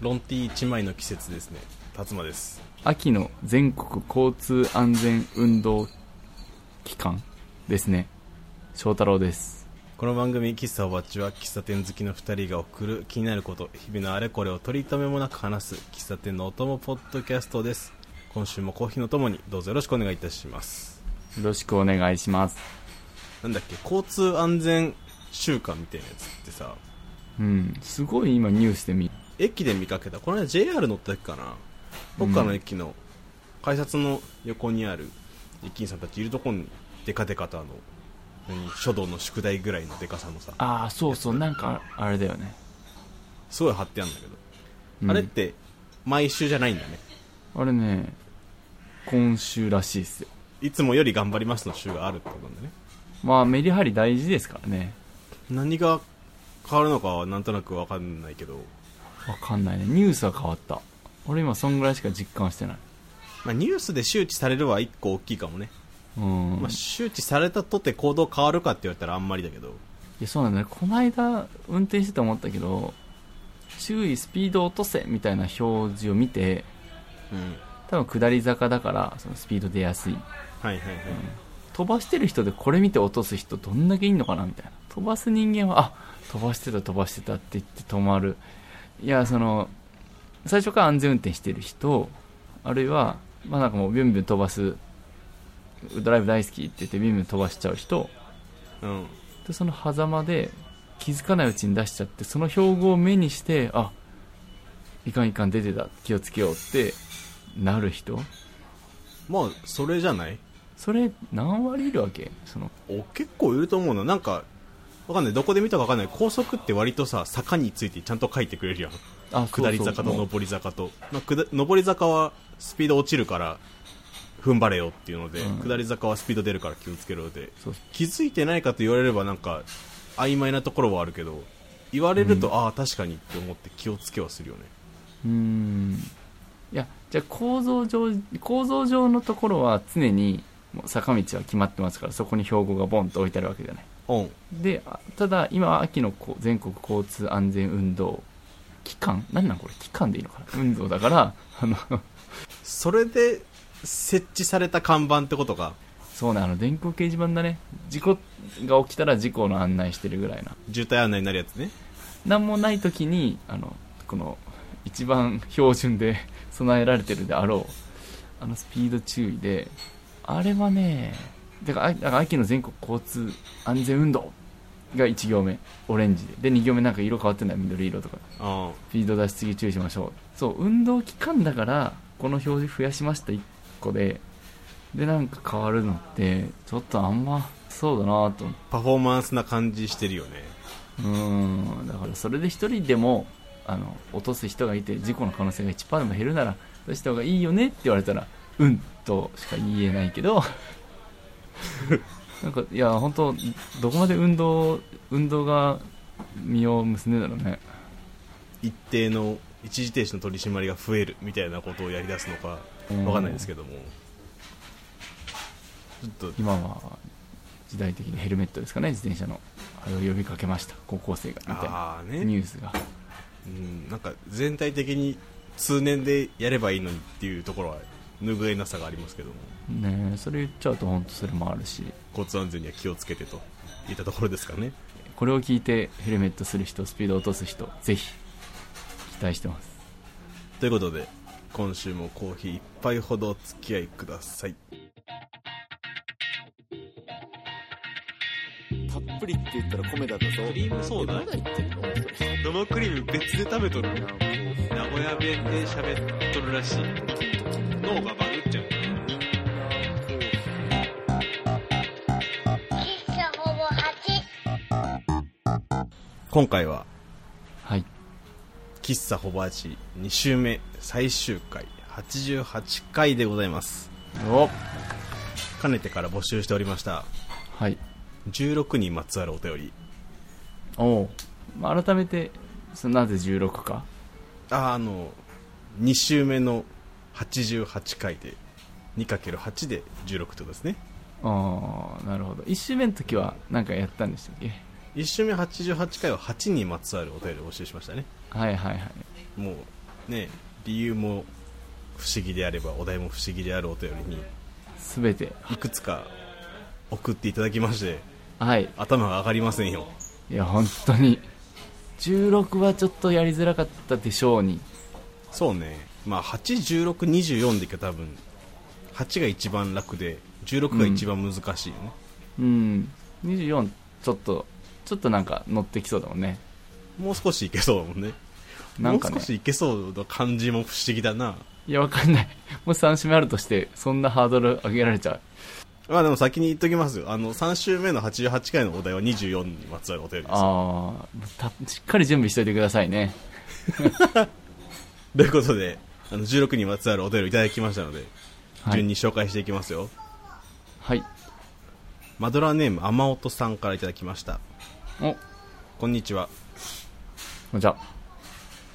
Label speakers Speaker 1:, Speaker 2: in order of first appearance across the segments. Speaker 1: ロンティー一枚の季節ですね辰馬です
Speaker 2: 秋の全国交通安全運動期間ですね翔太郎です
Speaker 1: この番組「喫茶おばっち」は喫茶店好きの2人が送る気になること日々のあれこれを取り留めもなく話す喫茶店のお供ポッドキャストです今週もコーヒーのともにどうぞよろしくお願いいたします
Speaker 2: よろしくお願いします
Speaker 1: なんだっけ交通安全週間みたいなやつってさ
Speaker 2: うんすごい今ニュースで見
Speaker 1: 駅で見かけたこの間 JR 乗った時かなどっかの駅の改札の横にある駅員さんたちいるとこにデカデカとあの何書道の宿題ぐらいのデカさのさ
Speaker 2: ああそうそうなんかあれだよね、
Speaker 1: すごい貼ってあるんだけど、
Speaker 2: うん
Speaker 1: あれって毎週じゃないんだね
Speaker 2: あれね今週らしいっすよ
Speaker 1: いつもより頑張りますの週があるってことなんだね
Speaker 2: まあメリハリ大事ですからね
Speaker 1: 何が変わるのかはなんとなく分かんないけど、
Speaker 2: わかんないねニュースは変わった俺今そんぐらいしか実感してない
Speaker 1: まあ、ニュースで周知されるは一個大きいかもね、
Speaker 2: うん、
Speaker 1: まあ、周知されたとて行動変わるかって言われたらあんまりだけど
Speaker 2: いやそうなんだねこの間運転してて思ったけど注意スピード落とせみたいな表示を見て
Speaker 1: うん
Speaker 2: 多分下り坂だからそのスピード出やすい
Speaker 1: はいはいはい、
Speaker 2: 飛ばしてる人でこれ見て落とす人どんだけいんのかなみたいな飛ばす人間はあ飛ばしてた飛ばしてたって言って止まるいやその最初から安全運転してる人あるいはまあなんかもうビュンビュン飛ばすドライブ大好きって言ってビュンビュン飛ばしちゃう人
Speaker 1: うん
Speaker 2: でその狭間で気づかないうちに出しちゃってその標語を目にしてあいかんいかん出てた気をつけようってなる人
Speaker 1: まあそれじゃない
Speaker 2: それ何割いるわけその
Speaker 1: お結構いると思うななんかわかんないどこで見たかわかんない高速って割とさ坂についてちゃんと書いてくれるやん
Speaker 2: あ
Speaker 1: 下り坂と
Speaker 2: の
Speaker 1: 上り坂と、まあ、下上り坂はスピード落ちるから踏ん張れよっていうので、
Speaker 2: うん
Speaker 1: 下り坂はスピード出るから気をつけろで
Speaker 2: そう
Speaker 1: 気づいてないかと言われればなんか曖昧なところはあるけど言われると、ああ確かにって思って気をつけはするよね
Speaker 2: うーんいやじゃあ構造上構造上のところは常にもう坂道は決まってますからそこに標語がボンと置いてあるわけじゃない
Speaker 1: うん
Speaker 2: であただ今は秋のこう全国交通安全運動期間何なんこれ期間でいいのかな運動だから あの
Speaker 1: それで設置された看板ってことか
Speaker 2: そうねあの電光掲示板だね事故が起きたら事故の案内してるぐらいな
Speaker 1: 渋滞案内になるやつね
Speaker 2: 何もない時にあのこの一番標準で 備えられてるであろうあのスピード注意であれはねだからあだから秋の全国交通安全運動が1行目オレンジでで2行目なんか色変わってない緑色とか
Speaker 1: うん
Speaker 2: スピード出しすぎ注意しましょうそう運動期間だからこの表示増やしました1個ででなんか変わるのってちょっとあんまそうだなと思って
Speaker 1: パフォーマンスな感じしてるよね
Speaker 2: うーんだからそれで一人でもあの落とす人がいて事故の可能性が1%でも減るならそうした方がいいよねって言われたらうんとしか言えないけど なんかいや本当どこまで運動運動が身を結んでんだろうね
Speaker 1: 一定の一時停止の取り締まりが増えるみたいなことをやりだすのか
Speaker 2: うん
Speaker 1: わかんないですけども、ちょっと
Speaker 2: 今は時代的にヘルメットですかね自転車のあれを呼びかけました高校生がみたいな
Speaker 1: ああね、
Speaker 2: ニュースが
Speaker 1: うん、なんか全体的に通年でやればいいのにっていうところは拭えなさがありますけども
Speaker 2: ねえそれ言っちゃうと本当それもあるし
Speaker 1: 交通安全には気をつけてといったところですかね
Speaker 2: これを聞いてヘルメットする人スピード落とす人ぜひ期待してます
Speaker 1: ということで今週もコーヒー一杯ほどお付き合いください
Speaker 3: たっぷりって言ったら米だとそう。
Speaker 1: リームソーダ生クリーム別で食べとる名古屋弁で喋っとるらしい脳がバグっちゃう
Speaker 4: Kiss the Hobo Hatchet.
Speaker 1: 今回は
Speaker 2: はい
Speaker 1: 喫茶ホバーチ2週目最終回88回でございます
Speaker 2: お
Speaker 1: かねてから募集しておりました
Speaker 2: はい
Speaker 1: 16にまつわるお便り
Speaker 2: おお、まあ、改めてそのなぜ16か
Speaker 1: ああの2週目の88回で 2×8 で16ってことですね
Speaker 2: ああなるほど1周目の時は何かやったんでしたっけ
Speaker 1: 1週目88回は8にまつわるお便りを募集しましたね
Speaker 2: はいはいはい
Speaker 1: もうね理由も不思議であればお題も不思議であるお便りに
Speaker 2: 全て
Speaker 1: いくつか送っていただきまして
Speaker 2: はい
Speaker 1: 頭が上がりませんよ
Speaker 2: いや本当に16はちょっとやりづらかったでしょうに
Speaker 1: そうねまあ81624でいけば多分8が一番楽で16が一番難しいよね、
Speaker 2: うん24ちょっとちょっとなんか乗ってきそうだもんね
Speaker 1: もう少しいけそうだもんね
Speaker 2: なんかね
Speaker 1: もう少しいけそうな感じも不思議だない
Speaker 2: やわかんないもし3週目あるとしてそんなハードル上げられちゃう
Speaker 1: まあでも先に言っときますよあの3週目の88回のお題は24にまつわるお便りです
Speaker 2: ああしっかり準備しといてくださいね
Speaker 1: ということであの16にまつわるお便りをいただきましたので、
Speaker 2: はい
Speaker 1: 順に紹介していきますよ
Speaker 2: はい
Speaker 1: マドラーネーム雨音さんからいただきましたこんにちは
Speaker 2: おじゃあ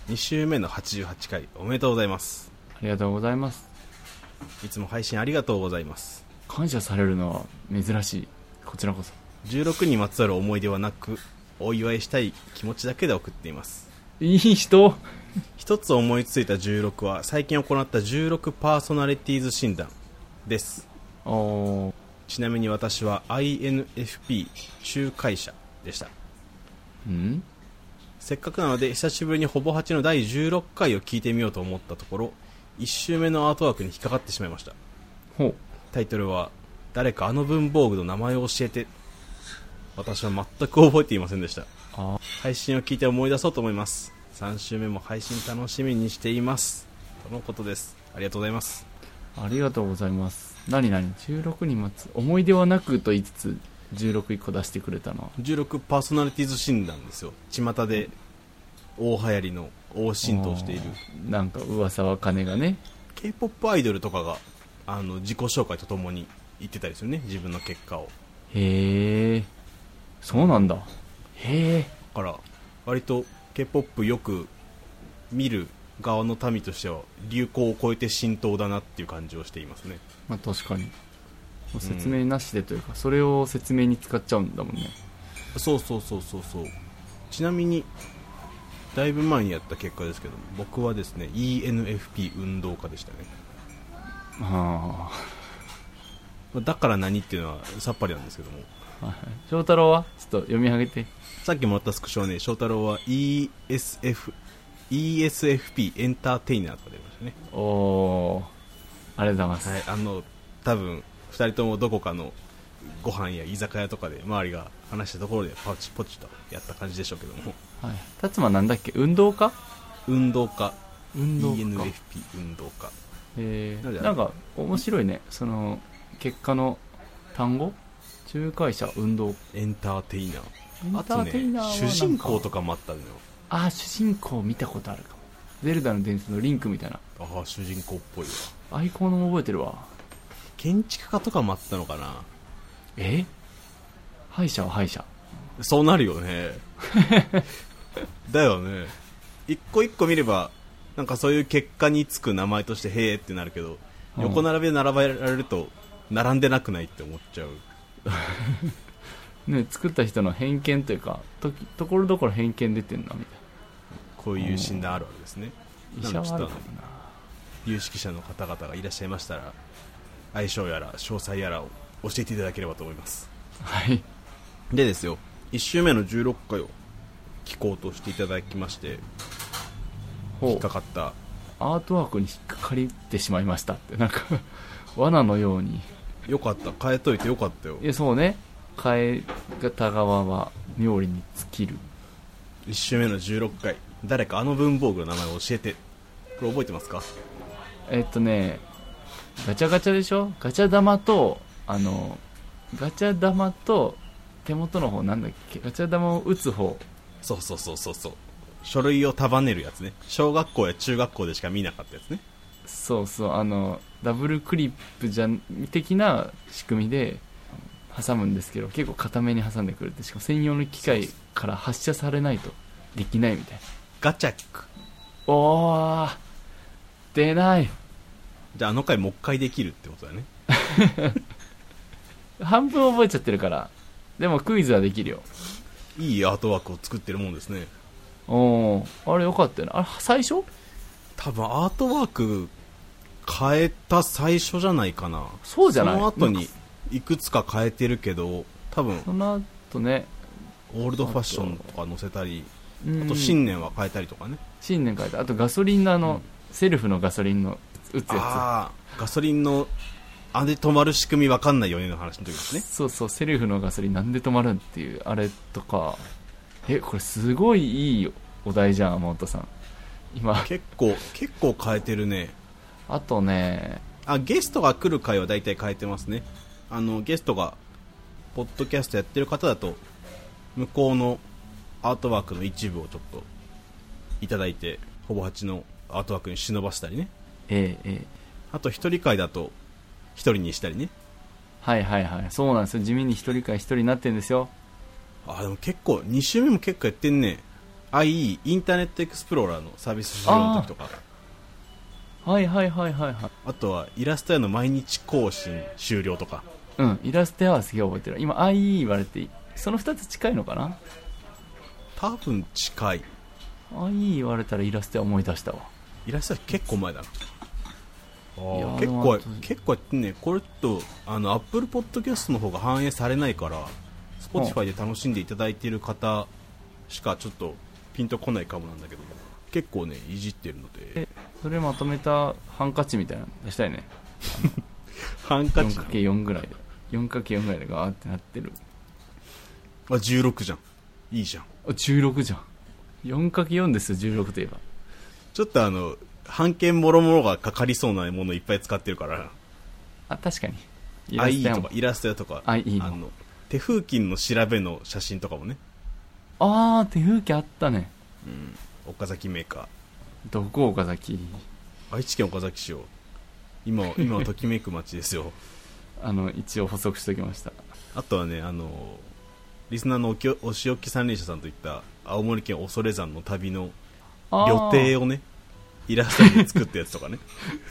Speaker 1: 2週目の88回おめでとうございます
Speaker 2: ありがとうございます
Speaker 1: いつも配信ありがとうございます
Speaker 2: 感謝されるのは珍しいこちらこそ
Speaker 1: 16にまつわる思い出はなくお祝いしたい気持ちだけで送っています
Speaker 2: いい人
Speaker 1: 一つ思いついた16は最近行った16パーソナリティーズ診断です
Speaker 2: おお
Speaker 1: ちなみに私は INFP 仲介者でした
Speaker 2: うん
Speaker 1: せっかくなので久しぶりにほぼ8の第16回を聞いてみようと思ったところ1周目のアートワークに引っかかってしまいました
Speaker 2: ほう
Speaker 1: タイトルは「誰かあの文房具の名前を教えて」私は全く覚えていませんでした
Speaker 2: あ
Speaker 1: 配信を聞いて思い出そうと思います3週目も配信楽しみにしていますとのことですありがとうございます
Speaker 2: ありがとうございます何何16に待つ思い出はなくと言いつつ16一個出してくれたのは
Speaker 1: 16パーソナリティーズ診断ですよ巷で大流行りの大浸透している
Speaker 2: あーなんか噂は金がね
Speaker 1: k p o p アイドルとかがあの自己紹介とともに言ってたりするね自分の結果を
Speaker 2: へえそうなんだへえ
Speaker 1: だから割と k p o p よく見る側の民としては流行を超えて浸透だなっていう感じをしていますね
Speaker 2: まあ確かにもう説明なしでというか、それを説明に使っちゃうんだもんね
Speaker 1: そうそうそうそうそうちなみにだいぶ前にやった結果ですけども僕はですね ENFP 運動家でしたねま
Speaker 2: あ
Speaker 1: あだから何っていうのはさっぱりなんですけども
Speaker 2: あはい翔太郎はちょっと読み上げて
Speaker 1: さっきもらったスクショはね翔太郎は ESF ESFP エンターテイナーとか出ましたね
Speaker 2: おおありがとうございます、
Speaker 1: はいあの多分2人ともどこかのご飯や居酒屋とかで周りが話したところでパチポチとやった感じでしょうけども
Speaker 2: はい、辰馬なんだっけ運動家
Speaker 1: 運動家
Speaker 2: 運
Speaker 1: ENFP 運動家
Speaker 2: え
Speaker 1: なんで
Speaker 2: ー、なんか面白いねその結果の単語仲介者運動
Speaker 1: エンターテイナーあ
Speaker 2: あと
Speaker 1: とね主人公とかもあったのよ
Speaker 2: ああ主人公見たことあるかもゼルダの伝説のリンクみたいな
Speaker 1: ああ主人公っぽいわ
Speaker 2: アイコンも覚えてるわ
Speaker 1: 建築家とかもあったのかな
Speaker 2: え歯医者は歯医者
Speaker 1: そうなるよ ねだよね一個一個見ればなんかそういう結果につく名前としてへえってなるけど、
Speaker 2: うん
Speaker 1: 横並びで並べられると並んでなくないって思っちゃう
Speaker 2: ね作った人の偏見というかときところどころ偏見出てんなみ
Speaker 1: こういう診断あるわけですね
Speaker 2: たいな医者はあるか
Speaker 1: なんでちょっと有識者の方々がいらっしゃいましたら相性やら詳細やらを教えていただければと思います
Speaker 2: なはい
Speaker 1: でですよ1週目の16回を聞こうとしていただきまして引
Speaker 2: ほ
Speaker 1: っ
Speaker 2: う
Speaker 1: かかった
Speaker 2: アートワークに引っかかりってしまいましたってなんか罠のように
Speaker 1: よかった変えといてよかったよ
Speaker 2: いやそうね変え方側は妙利に尽きる
Speaker 1: 1週目の16回誰かあの文房具の名前を教えてこれ覚えてますか
Speaker 2: えっとねガチャガチャでしょガチャ玉とあのガチャ玉と手元の方なんだっけガチャ玉を打つ方
Speaker 1: そうそうそうそうそう書類を束ねるやつね小学校や中学校でしか見なかったやつね
Speaker 2: そうそうあのダブルクリップじゃん的な仕組みで挟むんですけど結構固めに挟んでくれてしかも専用の機械から発射されないとできないみたい
Speaker 1: ガチャック
Speaker 2: なおー出ない
Speaker 1: じゃああの回もう一回できるってことだね
Speaker 2: 半分覚えちゃってるからでもクイズはできるよ
Speaker 1: いいアートワークを作ってるもんですね
Speaker 2: おーあれよかったよなあれ最初
Speaker 1: 多分アートワーク変えた最初じゃないかな
Speaker 2: そうじゃない
Speaker 1: その後
Speaker 2: なん
Speaker 1: に
Speaker 2: か
Speaker 1: いくつか変えてるけど多分
Speaker 2: その後ね
Speaker 1: オールドファッションとか載せたり
Speaker 2: うん
Speaker 1: あと新年は変えたりとかね、
Speaker 2: 新年変えたあとガソリンのあの、
Speaker 1: うん
Speaker 2: セルフのガソリンの打つや
Speaker 1: ああガソリンのあれ止まる仕組みわかんないよねの話の時です
Speaker 2: つ
Speaker 1: ね
Speaker 2: そうそうセルフのガソリンなんで止まるんっていうあれとかえこれすごいいいお題じゃん山本さん今
Speaker 1: 結構結構変えてるね
Speaker 2: あとね
Speaker 1: あゲストが来る回は大体変えてますねあのゲストがポッドキャストやってる方だと向こうのアートワークの一部をちょっといただいてほぼ8のアートワークに忍ばしたりね
Speaker 2: ええええ
Speaker 1: あと一人会だと一人にしたりね
Speaker 2: はいはいはいそうなんですよ地味に一人か一人になってるんですよ
Speaker 1: あでも結構2週目も結構やってんね IE インターネットエクスプローラーのサービス終了の時とか
Speaker 2: はいはいはいはいはい
Speaker 1: あとはイラスト屋の毎日更新終了とか
Speaker 2: うんイラスト屋はすげえ覚えてる今 IE 言われてその2つ近いのかな
Speaker 1: 多分近い
Speaker 2: IE 言われたらイラスト屋思い出したわ
Speaker 1: イラストは結構前だなあ
Speaker 2: いやー
Speaker 1: ー
Speaker 2: で
Speaker 1: 結
Speaker 2: も
Speaker 1: 構
Speaker 2: あと
Speaker 1: 結構やってんねこれとあのアップルポッドキャストの方が反映されないから Spotify で楽しんでいただいている方しかちょっとピンとこないかもなんだけど結構ねいじってるので
Speaker 2: えそれまとめたハンカチみたいなの出したいね
Speaker 1: ハンカチ
Speaker 2: 4×4 ぐらいで 4×4 ぐらいでガーってなってる
Speaker 1: あ16じゃんいいじゃん
Speaker 2: あ16じゃん 4×4 ですよ16といえば
Speaker 1: ちょっとあの半券もろもろがかかりそうなものいっぱい使ってるから
Speaker 2: あ確かにイラス
Speaker 1: IE
Speaker 2: ト屋
Speaker 1: と
Speaker 2: も
Speaker 1: かイラストやとか
Speaker 2: IE の
Speaker 1: あの手風琴の調べの写真とかもね、
Speaker 2: ああ手風景あったね
Speaker 1: うん、岡崎メーカー
Speaker 2: どこ岡崎
Speaker 1: 愛知県岡崎市を今は今はときめく街ですよ
Speaker 2: あの一応補足しておきました
Speaker 1: あとはねあのリスナーのおきおお仕置き三輪車さんといった青森県恐山の旅の
Speaker 2: あ
Speaker 1: 旅
Speaker 2: ー
Speaker 1: 程をねイラストで作ったやつとかね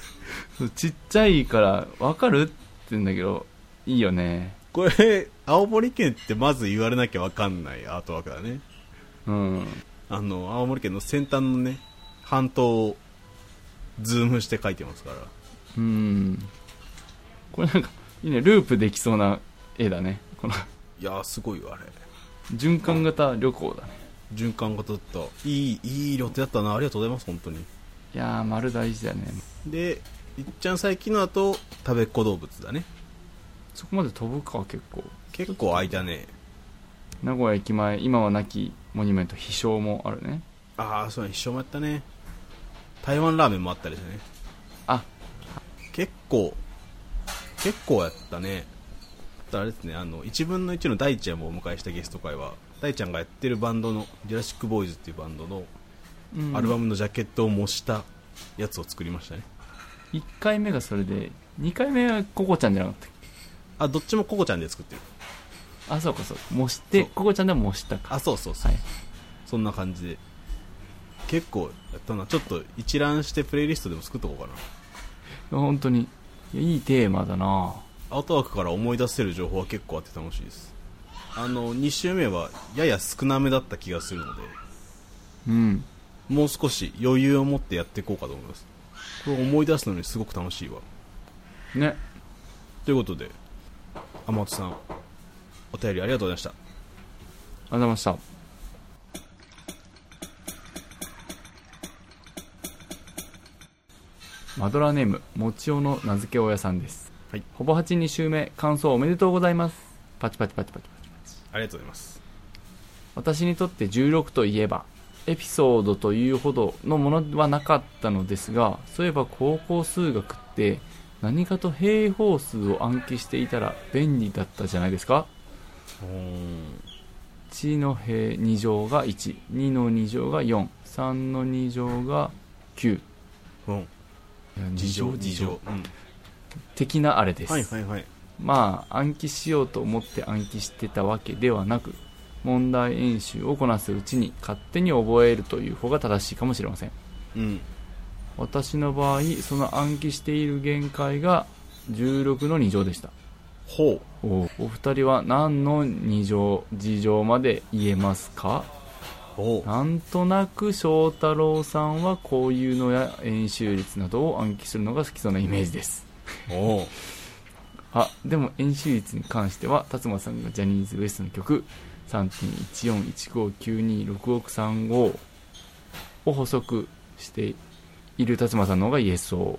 Speaker 2: そうちっちゃいからわかるって言うんだけどいいよね
Speaker 1: これ青森県ってまず言われなきゃわかんないアートワークだね
Speaker 2: うん
Speaker 1: あの青森県の先端のね半島をズームして書いてますから
Speaker 2: うんこれなんかいいねループできそうな絵だねこの
Speaker 1: いやーすごいわあれ
Speaker 2: 循環型旅行だね
Speaker 1: 循環型だったいいいい予定だったなありがとうございます本当に
Speaker 2: いやー丸大事だね
Speaker 1: でいっちゃん最近のだと食べっ子動物だね
Speaker 2: そこまで飛ぶか結構
Speaker 1: 結構空いたね
Speaker 2: 名古屋駅前今はなきモニュメント飛翔もあるね
Speaker 1: ああそうね一生もやったね台湾ラーメンもあったりしてね
Speaker 2: あ
Speaker 1: 結構結構やったねあとあれですねあの1分の1の大ちゃんもお迎えしたゲスト会は大ちゃんがやってるバンドのジュラシック・ボーイズっていうバンドの
Speaker 2: うん
Speaker 1: アルバムのジャケットを模したやつを作りましたね、
Speaker 2: 1回目がそれで2回目はココちゃんじゃなかったっ
Speaker 1: あどっちもココちゃんで作ってる
Speaker 2: けあそうかそう模して
Speaker 1: そう
Speaker 2: ココちゃんでも模したか
Speaker 1: あそうそうそう、
Speaker 2: はい
Speaker 1: そんな感じで結構やったなちょっと一覧してプレイリストでも作っとこうかな
Speaker 2: 本当にいやいいテーマだな
Speaker 1: アートワークから思い出せる情報は結構あって楽しいですあの2週目はやや少なめだった気がするので
Speaker 2: うん
Speaker 1: もう少し余裕を持ってやっていこうかと思いますこれ思い出すのにすごく楽しいわ
Speaker 2: ね
Speaker 1: ということで天本さんお便りありがとうございまし
Speaker 2: ありがとうございましたマドラーネームもちおの名付け親さんです、
Speaker 1: はい、
Speaker 2: ほぼ8 2週目感想おめでとうございますパチパチパチパチパチ
Speaker 1: たありがとうございます
Speaker 2: 私にとって16といえばエピソードというほどのものはなかったのですがそういえば高校数学って何かと平方数を暗記していたら便利だったじゃないですか
Speaker 1: うーん
Speaker 2: 1の平2乗が12の2乗が43の2乗が9
Speaker 1: うん
Speaker 2: 二
Speaker 1: 事情事情、うん、
Speaker 2: 的なあれです、
Speaker 1: はいはいはい
Speaker 2: まあ暗記しようと思って暗記してたわけではなく問題演習をこなすうちに勝手に覚えるという方が正しいかもしれません
Speaker 1: うん
Speaker 2: 私の場合その暗記している限界が16の2乗でした
Speaker 1: ほ
Speaker 2: おお二人は何の2乗事乗まで言えますか
Speaker 1: うおう
Speaker 2: なんとなく翔太郎さんはこういうのや演習率などを暗記するのが好きそうなイメージです
Speaker 1: おう
Speaker 2: あでも演習率に関しては辰馬さんがジャニーズ WEST の曲3.14159265億35を補足している辰馬さんの方が言えそう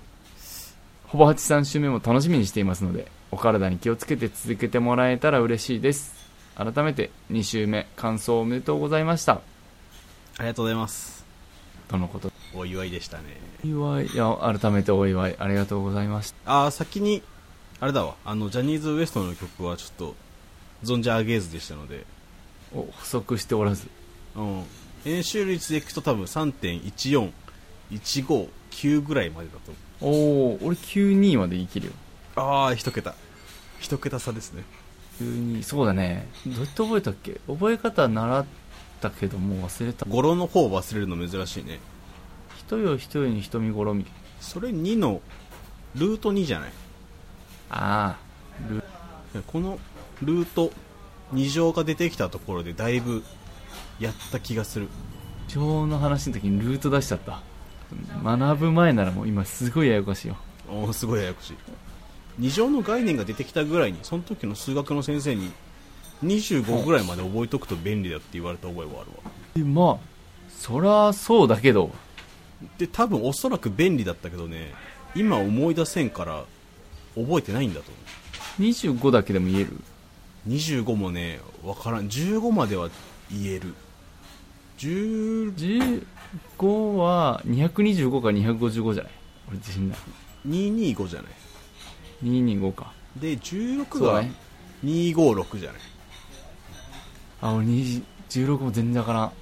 Speaker 2: ほぼ八3週目も楽しみにしていますのでお体に気をつけて続けてもらえたら嬉しいです改めて2週目感想おめでとうございました
Speaker 1: ありがとうございます
Speaker 2: とのこと
Speaker 1: お祝いでしたね
Speaker 2: お祝いいや改めてお祝いありがとうございました
Speaker 1: ああ先にあれだわあのジャニーズ WEST の曲はちょっと存じ上げずでしたので、
Speaker 2: お補足しておらず
Speaker 1: うん、演習率でいくと多分3.14159ぐらいまでだと
Speaker 2: おお俺92まで生きるよ
Speaker 1: ああ一桁一桁差ですね
Speaker 2: 急にそうだねどうやって覚えたっけ覚え方習ったけどもう忘れた
Speaker 1: 語呂の方を忘れるの珍しいね
Speaker 2: 人よ人よに瞳ごろみ
Speaker 1: それ2のルート2じゃない
Speaker 2: あ
Speaker 1: このルート2乗が出てきたところでだいぶやった気がする
Speaker 2: あ情の話の時にルート出しちゃった学ぶ前ならもう今すごいややこしいよ
Speaker 1: おーすごいややこしい2乗の概念が出てきたぐらいにその時の数学の先生に25ぐらいまで覚えとくと便利だって言われた覚えはあるわ
Speaker 2: でまあそらそうだけど
Speaker 1: で多分おそらく便利だったけどね今思い出せんから覚えてないんだと思
Speaker 2: 25だけでも言える
Speaker 1: う25もねわからん15までは言える10
Speaker 2: 15は225か255じゃない俺自信ない
Speaker 1: 225じゃない
Speaker 2: 225か
Speaker 1: で16
Speaker 2: そうだ
Speaker 1: が
Speaker 2: ね
Speaker 1: 256じゃない
Speaker 2: あ俺20 16も全然わからん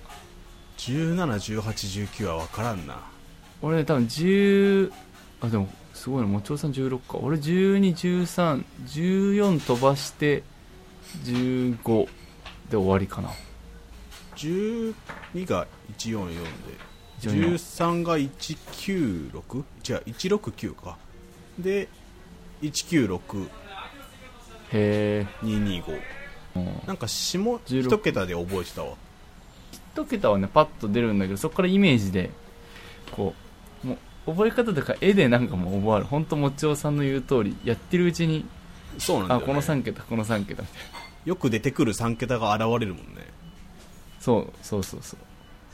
Speaker 1: 171819は分からんな
Speaker 2: 俺多分10あでもすごいなもちおさん16か俺121314飛ばして15で終わりかな
Speaker 1: 12が144で
Speaker 2: 14
Speaker 1: 13が196違う169かで196225
Speaker 2: へえ
Speaker 1: なんか下
Speaker 2: 16
Speaker 1: 1桁で覚えてたわ
Speaker 2: 1桁はねパッと出るんだけどそこからイメージでこうもう覚え方とか絵でなんかもう覚わる本当もちおさんの言う通りやってるうちに
Speaker 1: そうなんだ
Speaker 2: あ
Speaker 1: よ、ね、
Speaker 2: この3桁この3桁みたいな
Speaker 1: よく出てくる3桁が現れるもんね
Speaker 2: そうそうそうそう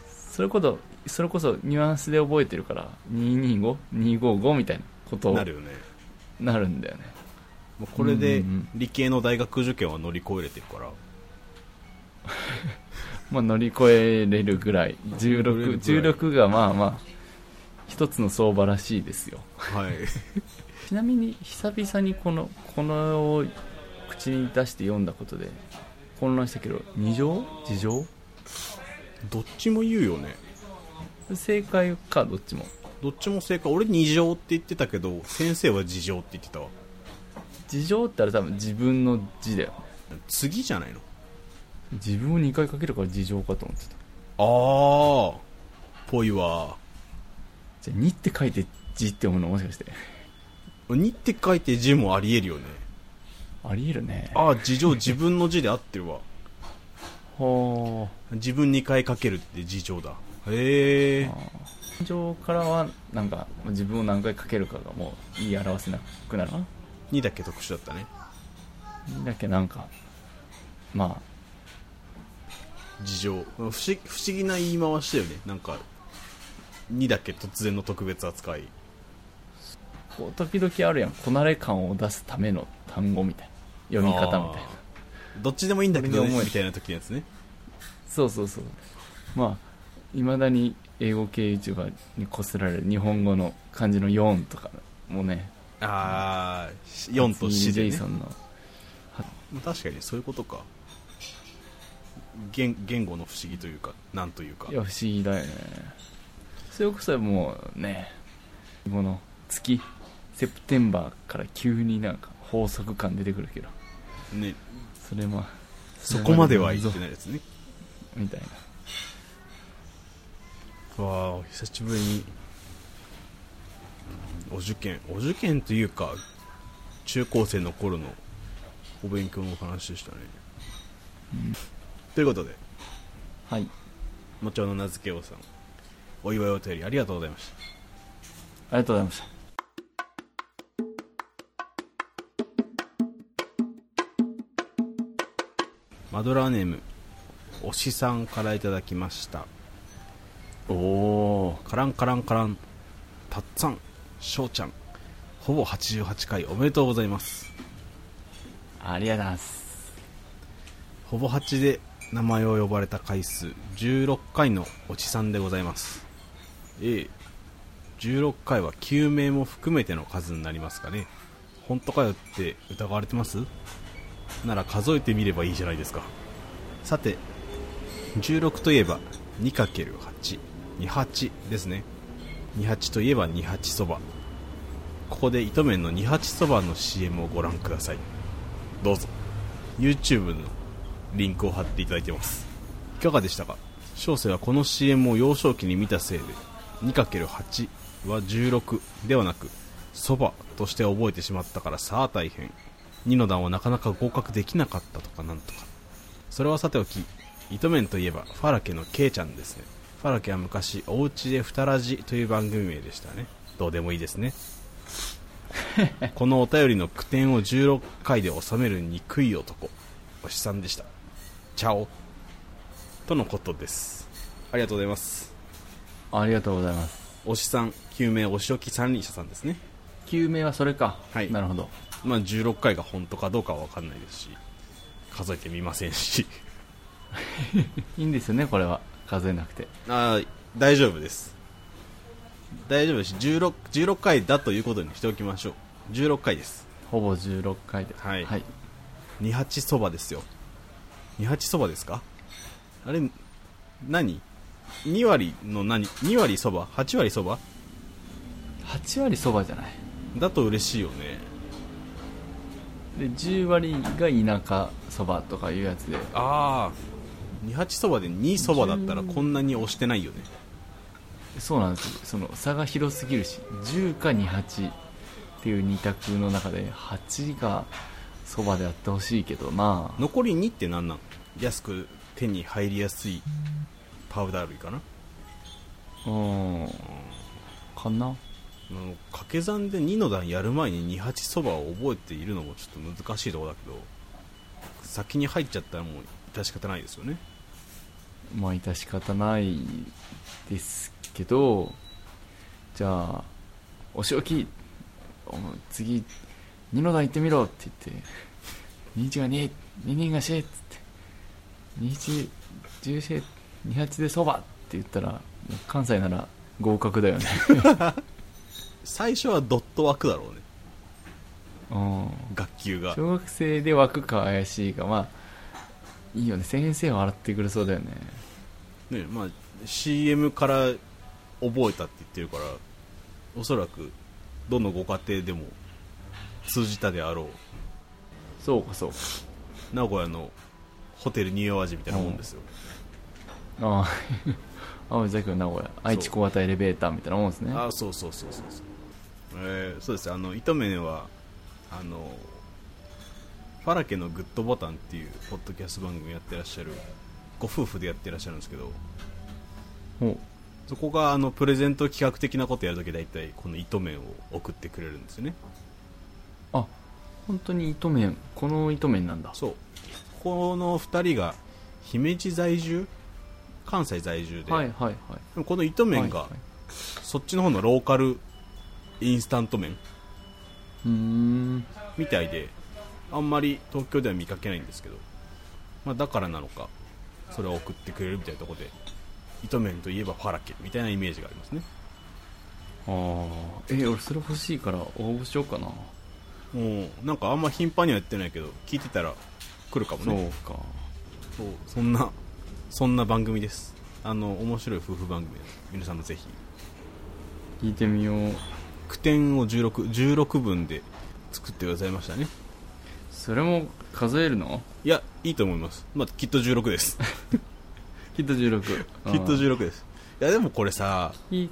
Speaker 2: それこそそれこそニュアンスで覚えてるから225255みたいなことを
Speaker 1: なるよね
Speaker 2: なるんだよね
Speaker 1: もうこれで
Speaker 2: うんうんうん
Speaker 1: 理系の大学受験は乗り越えれてるから
Speaker 2: まあ乗り越えれるぐらい
Speaker 1: 乗り
Speaker 2: 16
Speaker 1: 越えれるぐらい
Speaker 2: 16がまあまあ一つの相場らしいですよ
Speaker 1: はい
Speaker 2: ちなみに久々にこのこのを口に出して読んだことで混乱したけど二乗事乗
Speaker 1: どっちも言うよね
Speaker 2: 正解かどっちも
Speaker 1: どっちも正解俺二乗って言ってたけど先生は事乗って言ってたわ
Speaker 2: 事乗ってあれ多分自分の字だよ
Speaker 1: 次じゃないの
Speaker 2: 自分を2回かけるから事乗かと思ってた
Speaker 1: ああぽいわ
Speaker 2: じゃあ2って書いて字って読むのもしかして
Speaker 1: 2って書いて字もありえるよね
Speaker 2: ありえるね
Speaker 1: ああ事情自分の字で合ってるわ
Speaker 2: はあ
Speaker 1: 自分2回かけるって事情だへえ
Speaker 2: 感情からはなんか自分を何回かけるかがもう言い表せなくなるな
Speaker 1: 2だけ特殊だったね
Speaker 2: だっけなんかま
Speaker 1: 事情不思不思議な言い回しだよねなんか2だけ突然の特別扱い
Speaker 2: あこう時々あるやんこなれ感を出すための単語みたいな読み方みたいな
Speaker 1: あーどっちでもいいんだけど、
Speaker 2: 俺の
Speaker 1: ね、
Speaker 2: 思い
Speaker 1: みたいな時のやつね
Speaker 2: そうそうそうまあいまだに英語系 YouTuber にこすられる日本語の漢字の4とかもね
Speaker 1: ああ4と4
Speaker 2: ジェ
Speaker 1: で、
Speaker 2: イ
Speaker 1: ね
Speaker 2: ソ、ンの
Speaker 1: まあ確かにそういうことか言言語の不思議というかなんというか
Speaker 2: いや不思議だよねそれこそもうねこの月セプテンバーから急になんか法則感出てくるけど
Speaker 1: ね
Speaker 2: それも
Speaker 1: そこまでは言ってないですね
Speaker 2: みたいな
Speaker 1: わあ久しぶりにお受験お受験というか中高生の頃のお勉強のお話でしたね、ということで
Speaker 2: はい
Speaker 1: ちろんの名付けようさんお祝いお便りありがとうございました
Speaker 2: ありがとうございました。
Speaker 1: マドラーネームおしさんからいただきました
Speaker 2: おお
Speaker 1: カランカランカランたっつぁんしょうちゃんほぼ88回おめでとうございます
Speaker 2: ありがとうございます。
Speaker 1: ほぼ8で名前を呼ばれた回数16回のおじさんでございますええ16回は救命も含めての数になりますかね本当かよって疑われてますなら数えてみればいいじゃないですかさて16といえば 2×828 ですね28といえば28そばここで糸麺の28そばの CM をご覧くださいどうぞ YouTube のリンクを貼っていただいてますいかがでしたか小生はこの CM を幼少期に見たせいで 2×8 は16ではなくそばとして覚えてしまったからさあ大変2の段はなかなか合格できなかったとかなんとかそれはさておき糸面といえばファラケのケイちゃんですねファラケは昔「おうちでふたらじ」という番組名でしたねどうでもいいですねこのお便りの句点を16回で収める憎い男おしさんでしたチャオとのことですありがとうございます
Speaker 2: ありがとうございます。
Speaker 1: おしさん救命お仕置き三輪車さんですね
Speaker 2: 救命はそれか。
Speaker 1: はい
Speaker 2: なるほど。
Speaker 1: まあ16回が本当かどうかは分かんないですし数えてみませんし
Speaker 2: いいんですよね、これは。数えなくて。
Speaker 1: あー大丈夫です大丈夫です 16, 16回だということにしておきましょう16回です
Speaker 2: ほぼ16回で。
Speaker 1: はい
Speaker 2: はい。
Speaker 1: 28そばですよ28そばですかあれ何2割の何2割そば8割そば
Speaker 2: 8割そばじゃない。
Speaker 1: だと嬉しいよね
Speaker 2: で、10割が田舎そばとかいうやつで。
Speaker 1: ああ28そばで2そばだったらこんなに押してないよね
Speaker 2: そうなんですよその差が広すぎるし10か28っていう2択の中で8がそばであってほしいけどまあ
Speaker 1: 残り2って何なの安く手に入りやすいパウダー類かな
Speaker 2: うんかな
Speaker 1: あの掛け算で2の段やる前に28そばを覚えているのもちょっと難しいところだけど先に入っちゃったらもう致し方ないですよね
Speaker 2: まあ致し方ないですけどじゃあお仕置きお次二の段行ってみろって言って21が22人が4っつって211428でそばって言ったらもう関西なら合格だよね
Speaker 1: 最初はドット枠だろうね
Speaker 2: うん
Speaker 1: 学級が
Speaker 2: 小学生で湧くか怪しいかまあいいよね先生は笑ってくれそうだよね
Speaker 1: ねまあ、CM から覚えたって言ってるからおそらくどのご家庭でも通じたであろう
Speaker 2: そうかそうか
Speaker 1: 名古屋のホテルニューアワジみたいなもんですよ、
Speaker 2: ああ 青崎の名古屋愛知小型エレベーターみたいなもんですね
Speaker 1: あそうそうそうそうそうえーそうですあの糸目はあのファラケのグッドボタンっていうポッドキャスト番組やってらっしゃるご夫婦でやってらっしゃるんですけど
Speaker 2: おう
Speaker 1: そこがあのプレゼント企画的なことやるとき大体この糸面を送ってくれるんですよね
Speaker 2: あ本当に糸面この糸面なんだ
Speaker 1: そうこの2人が姫路在住関西在住で、
Speaker 2: はいはいはい
Speaker 1: でもこの糸面が
Speaker 2: はいはい
Speaker 1: そっちの方のローカルインスタント麺
Speaker 2: うーん
Speaker 1: みたいであんまり東京では見かけないんですけど、まあ、だからなのかそれを送ってくれるみたいなところで糸面といえばファラケみたいなイメージがありますね
Speaker 2: ああえ俺それ欲しいから応募しようかな
Speaker 1: もうなんかあんま頻繁にはやってないけど聞いてたら来るかも
Speaker 2: そう
Speaker 1: ね
Speaker 2: か
Speaker 1: そうそんなそんな番組ですあの面白い夫婦番組です皆さんもぜひ
Speaker 2: 聞いてみよう
Speaker 1: 句点を1616分で作ってくださいましたね
Speaker 2: それも数えるの
Speaker 1: いやいいと思います、まあ、きっと16です
Speaker 2: きっと16
Speaker 1: きっと16ですいやでもこれさ
Speaker 2: 16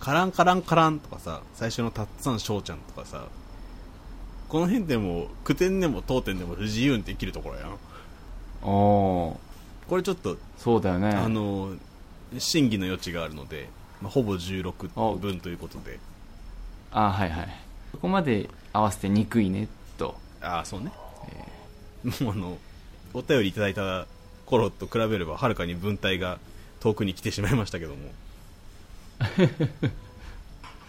Speaker 1: カランカランカランとかさ最初のたっつぁんしょうちゃんとかさこの辺でも句点でも当点でも不自由にできるところやん
Speaker 2: ああ
Speaker 1: これちょっと、
Speaker 2: そうだよね
Speaker 1: あの審議の余地があるので、まあ、ほぼ16分ということで
Speaker 2: あはいはいそこまで合わせて憎いねと
Speaker 1: ああそうね、もうあのお便りいただいた頃と比べればはるかに文体が遠くに来てしまいましたけども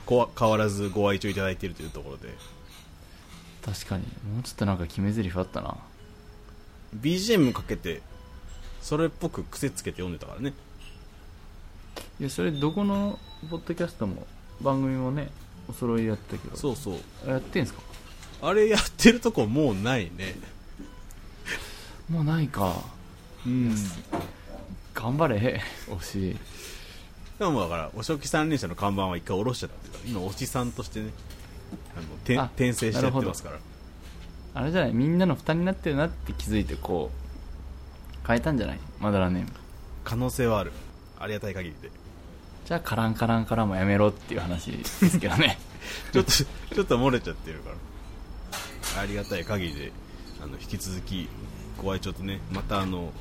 Speaker 1: こわ変わらずご愛聴いただいているというところで
Speaker 2: 確かにもうちょっとなんか決め台詞あったな
Speaker 1: BGM かけてそれっぽく癖つけて読んでたからね
Speaker 2: いやそれどこのポッドキャストも番組もねお揃いでやってたけど
Speaker 1: そうそう
Speaker 2: あやってんすか
Speaker 1: あれやってるとこもうないね
Speaker 2: もうないか
Speaker 1: うん
Speaker 2: 頑張れ惜しい
Speaker 1: でもだからお正気三輪車の看板は一回下ろしちゃったけど今おじさんとしてねあのて
Speaker 2: あ
Speaker 1: 転生してやってますから
Speaker 2: あれじゃないみんなの負担になってるなって気づいてこう変えたんじゃないまだらネーム
Speaker 1: 可能性はあるありがたい限りで
Speaker 2: じゃあカランカランカランもやめろっていう話ですけどね
Speaker 1: ちょっとちょっと漏れちゃってるからありがたい限りであの引き続きご愛聴とねまたあの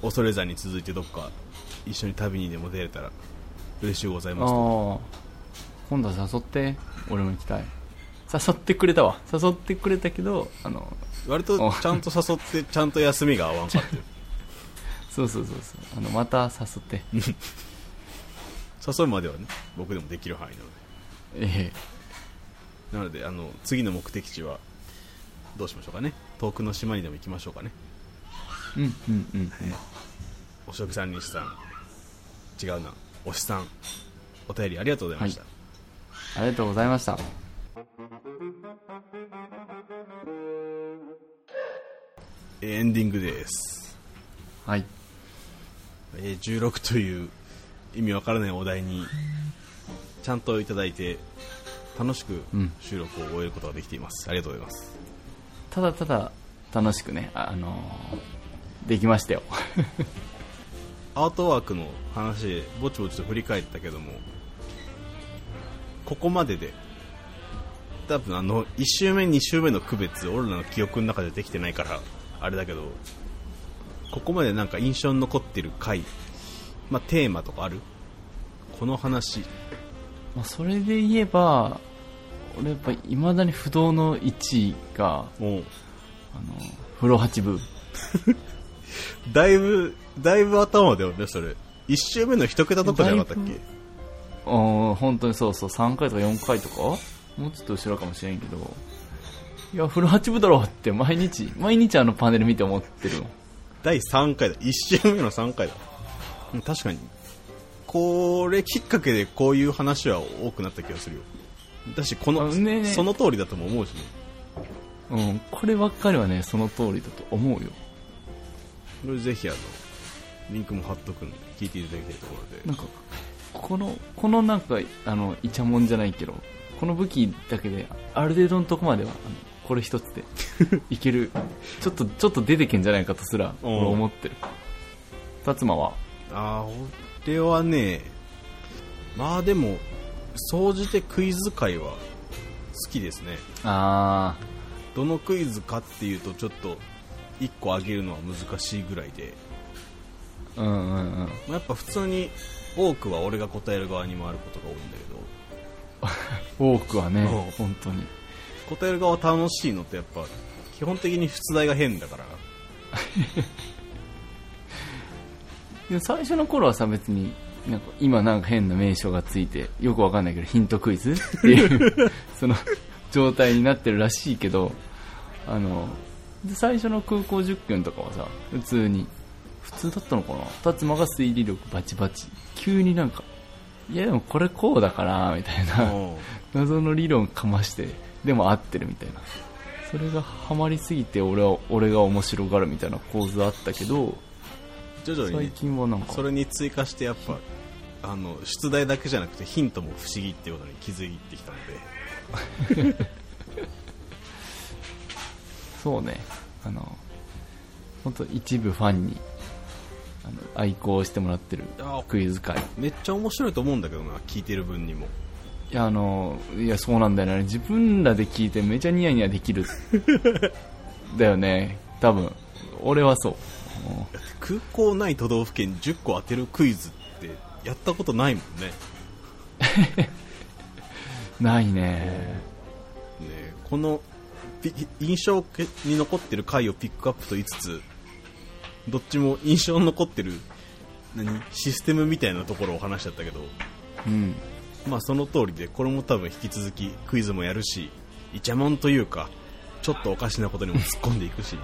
Speaker 1: 恐れ山に続いてどっか一緒に旅にでも出れたら嬉しいござい
Speaker 2: あ
Speaker 1: ますと
Speaker 2: あ今度は誘って俺も行きたい誘ってくれたわ誘ってくれたけどあの
Speaker 1: 割と
Speaker 2: お
Speaker 1: ちゃんと誘ってちゃんと休みが合わんかっていう
Speaker 2: そうそうそうそうあのまた誘って
Speaker 1: 誘うまではね僕でもできる範囲なので
Speaker 2: ええ
Speaker 1: なのであの次の目的地はどうしましょうかね遠くの島にでも行きましょうかね
Speaker 2: うんうんうん、
Speaker 1: お食さん西さん違うなおしさんお便りありがとうございました、
Speaker 2: はありがとうございました
Speaker 1: エンディングです、
Speaker 2: はい
Speaker 1: えー16という意味わからないお題にちゃんといただいて楽しく
Speaker 2: うん
Speaker 1: 収録を終えることができています、ありがとうございます
Speaker 2: ただただ楽しくねああのーできましたよ
Speaker 1: アートワークの話でぼちぼちと振り返ったけどもここまでで多分あの1周目2周目の区別俺らの記憶の中でできてないからあれだけどここまでなんか印象に残ってる回、まあ、テーマとかあるこの話
Speaker 2: まあそれで言えば俺やっぱいまだに不動の1位が
Speaker 1: もう
Speaker 2: あの風呂八分
Speaker 1: だいぶだいぶ頭だよねそれ1周目の一桁とかじゃなかったっ
Speaker 2: だい
Speaker 1: け
Speaker 2: うん本当にそうそう3回とか4回とかもうちょっと後ろかもしれんけどいや風呂八分だろって毎日毎日あのパネル見て思ってるもん
Speaker 1: 第3回だ1周目の3回だうん確かにこれきっかけでこういう話は多くなった気がするよだしこの、
Speaker 2: あねえねえ
Speaker 1: その通りだとも思うしね
Speaker 2: うん、こればっかりはねその通りだと思うよ
Speaker 1: これぜひあのリンクも貼っとくんで聞いていただきたいところ
Speaker 2: な
Speaker 1: で
Speaker 2: んかこのこのなんかあのイチャモンじゃないけどこの武器だけである程度のとこまではあのこれ一つ でいけるちょっとちょっと出てけんじゃないかとすら
Speaker 1: うん
Speaker 2: 俺思ってる薩摩は
Speaker 1: ああ俺はねまあでも総じてクイズ界は好きですね
Speaker 2: ああ
Speaker 1: どのクイズかっていうとちょっと1個あげるのは難しいぐらいで
Speaker 2: うんうんうん
Speaker 1: まあやっぱ普通に多くは俺が答える側に回ることが多いんだけど
Speaker 2: 多くはね
Speaker 1: うん
Speaker 2: 本当に
Speaker 1: 答える側楽しいのってやっぱ基本的に出題が変だから
Speaker 2: でも最初の頃はさ別になんか今なんか変な名称がついてよくわかんないけどヒントク イズっていうその状態になってるらしいけどあので最初の空港実験とかはさ普通に普通だったのかな達馬が推理力バチバチ急になんかいやでもこれこうだからみたいな謎の理論かましてでも合ってるみたいなそれがハマりすぎて俺は俺が面白がるみたいな構図あったけど
Speaker 1: 徐々に
Speaker 2: 最
Speaker 1: ね
Speaker 2: 近はなんか
Speaker 1: それに追加してやっぱあの出題だけじゃなくてヒントも不思議っていうことに気づいてきたので
Speaker 2: そうね、あの、本当一部ファンに、あの、愛好してもらってる
Speaker 1: あ
Speaker 2: クイズ会。
Speaker 1: めっちゃ面白いと思うんだけどな聞いてる分にも
Speaker 2: いや、あの、いや、そうなんだよね。自分らで聞いてめちゃニヤニヤできる。だよね、多分。俺はそう。もう
Speaker 1: 空港ない都道府県10個当てるクイズってやったことないもんね
Speaker 2: ないね
Speaker 1: ねこのピ印象に残ってる回をピックアップと言いつつどっちも印象に残ってる何システムみたいなところを話しちゃったけど
Speaker 2: うん
Speaker 1: まあその通りでこれも多分引き続きクイズもやるしイチャモンというかちょっとおかしなことにも突っ込んでいくし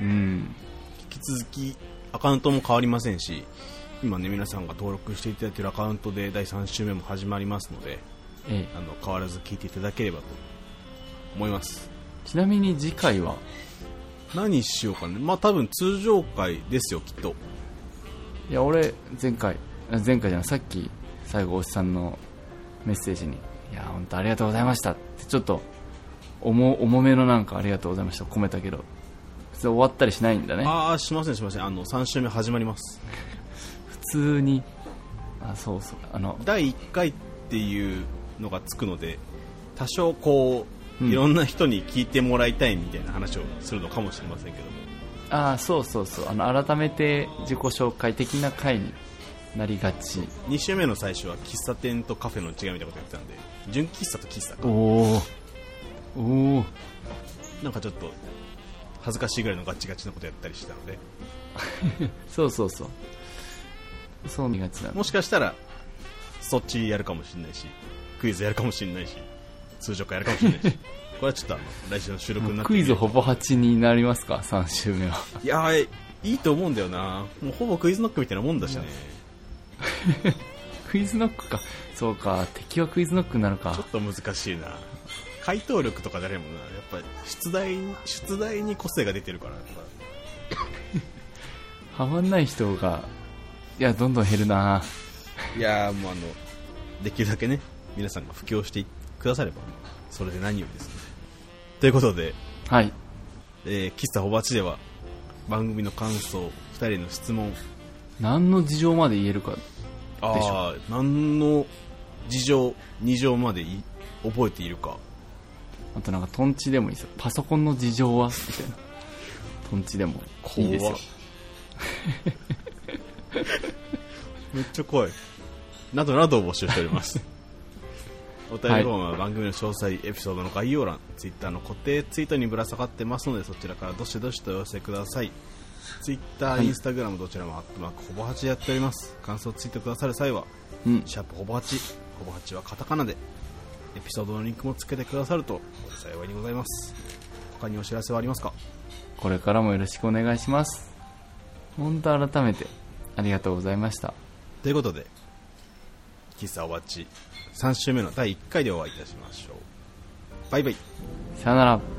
Speaker 2: うん
Speaker 1: 引き続きアカウントも変わりませんし今ね皆さんが登録していただいているアカウントで第3週目も始まりますので
Speaker 2: ええ
Speaker 1: あの変わらず聞いていただければと思います
Speaker 2: ちなみに次回は
Speaker 1: 何しようかねまあ多分通常回ですよきっと
Speaker 2: いや俺前回あ前回じゃないさっき最後おっさんのメッセージに「いや本当ありがとうございました」ってちょっと重重めのなんか「ありがとうございました」込めたけど普通終わったりしないんだね
Speaker 1: ああしませんしませんあの3週目始まります
Speaker 2: 普通にあそうそうあの
Speaker 1: 第1回っていうのがつくので多少こう
Speaker 2: うん
Speaker 1: いろんな人に聞いてもらいたいみたいな話をするのかもしれませんけども、
Speaker 2: あそうそうそうあの改めて自己紹介的な回になりがち
Speaker 1: 2週目の最初は喫茶店とカフェの違いみたいなことやってたんで純喫茶と喫茶か
Speaker 2: おおおお
Speaker 1: なんかちょっと恥ずかしいぐらいのガチガチなことやったりしたので
Speaker 2: そうそうそうそう見がちなの
Speaker 1: もしかしたらそっちやるかもしれないしクイズやるかもしれないし通常回やるかもしれ ないしこれはちょっとあの来週の収録になって
Speaker 2: ク
Speaker 1: み
Speaker 2: イ
Speaker 1: る
Speaker 2: ズほぼ8になりますか3週目はい
Speaker 1: やーいいと思うんだよなもうほぼクイズノックみたいなもんだしね
Speaker 2: クイズノックかそうか敵はクイズノックなの
Speaker 1: ちょ
Speaker 2: か
Speaker 1: っと難しいな回答力とかじゃねえもんなやっぱり出題出題に個性が出てるからやっぱ
Speaker 2: ハマんない人がいやどんどん減るない
Speaker 1: やーもうあのできるだけね皆さんが布教してくださればそれで何よりですねということで
Speaker 2: はい
Speaker 1: えー喫茶ほばちでは番組の感想2人の質問
Speaker 2: 何の事情まで言えるかでしょ
Speaker 1: あー何の事情2乗までい覚えているか
Speaker 2: あとなんかトンチでもいいですよパソコンの事情はみたいなトンチでもいいです
Speaker 1: 怖
Speaker 2: よ
Speaker 1: っ めっちゃ怖いなどなどを募集しております お便りフォームは番組の詳細エピソードの概要欄ツイッターの固定ツイートにぶら下がってますのでそちらからどしどしとお寄せくださいツイッター、
Speaker 2: はい
Speaker 1: インスタグラムどちらもアットマークほぼ8でやっております感想をツイートくださる際は
Speaker 2: うん
Speaker 1: シャープほぼ8ほぼ8はカタカナでエピソードのリンクもつけてくださると幸いにございます他にお知らせはありますか
Speaker 2: これからもよろしくお願いします本当改めてありがとうございました
Speaker 1: ということで喫茶おばち3週目の第1回でお会いいたしましょうバイバイ
Speaker 2: さよなら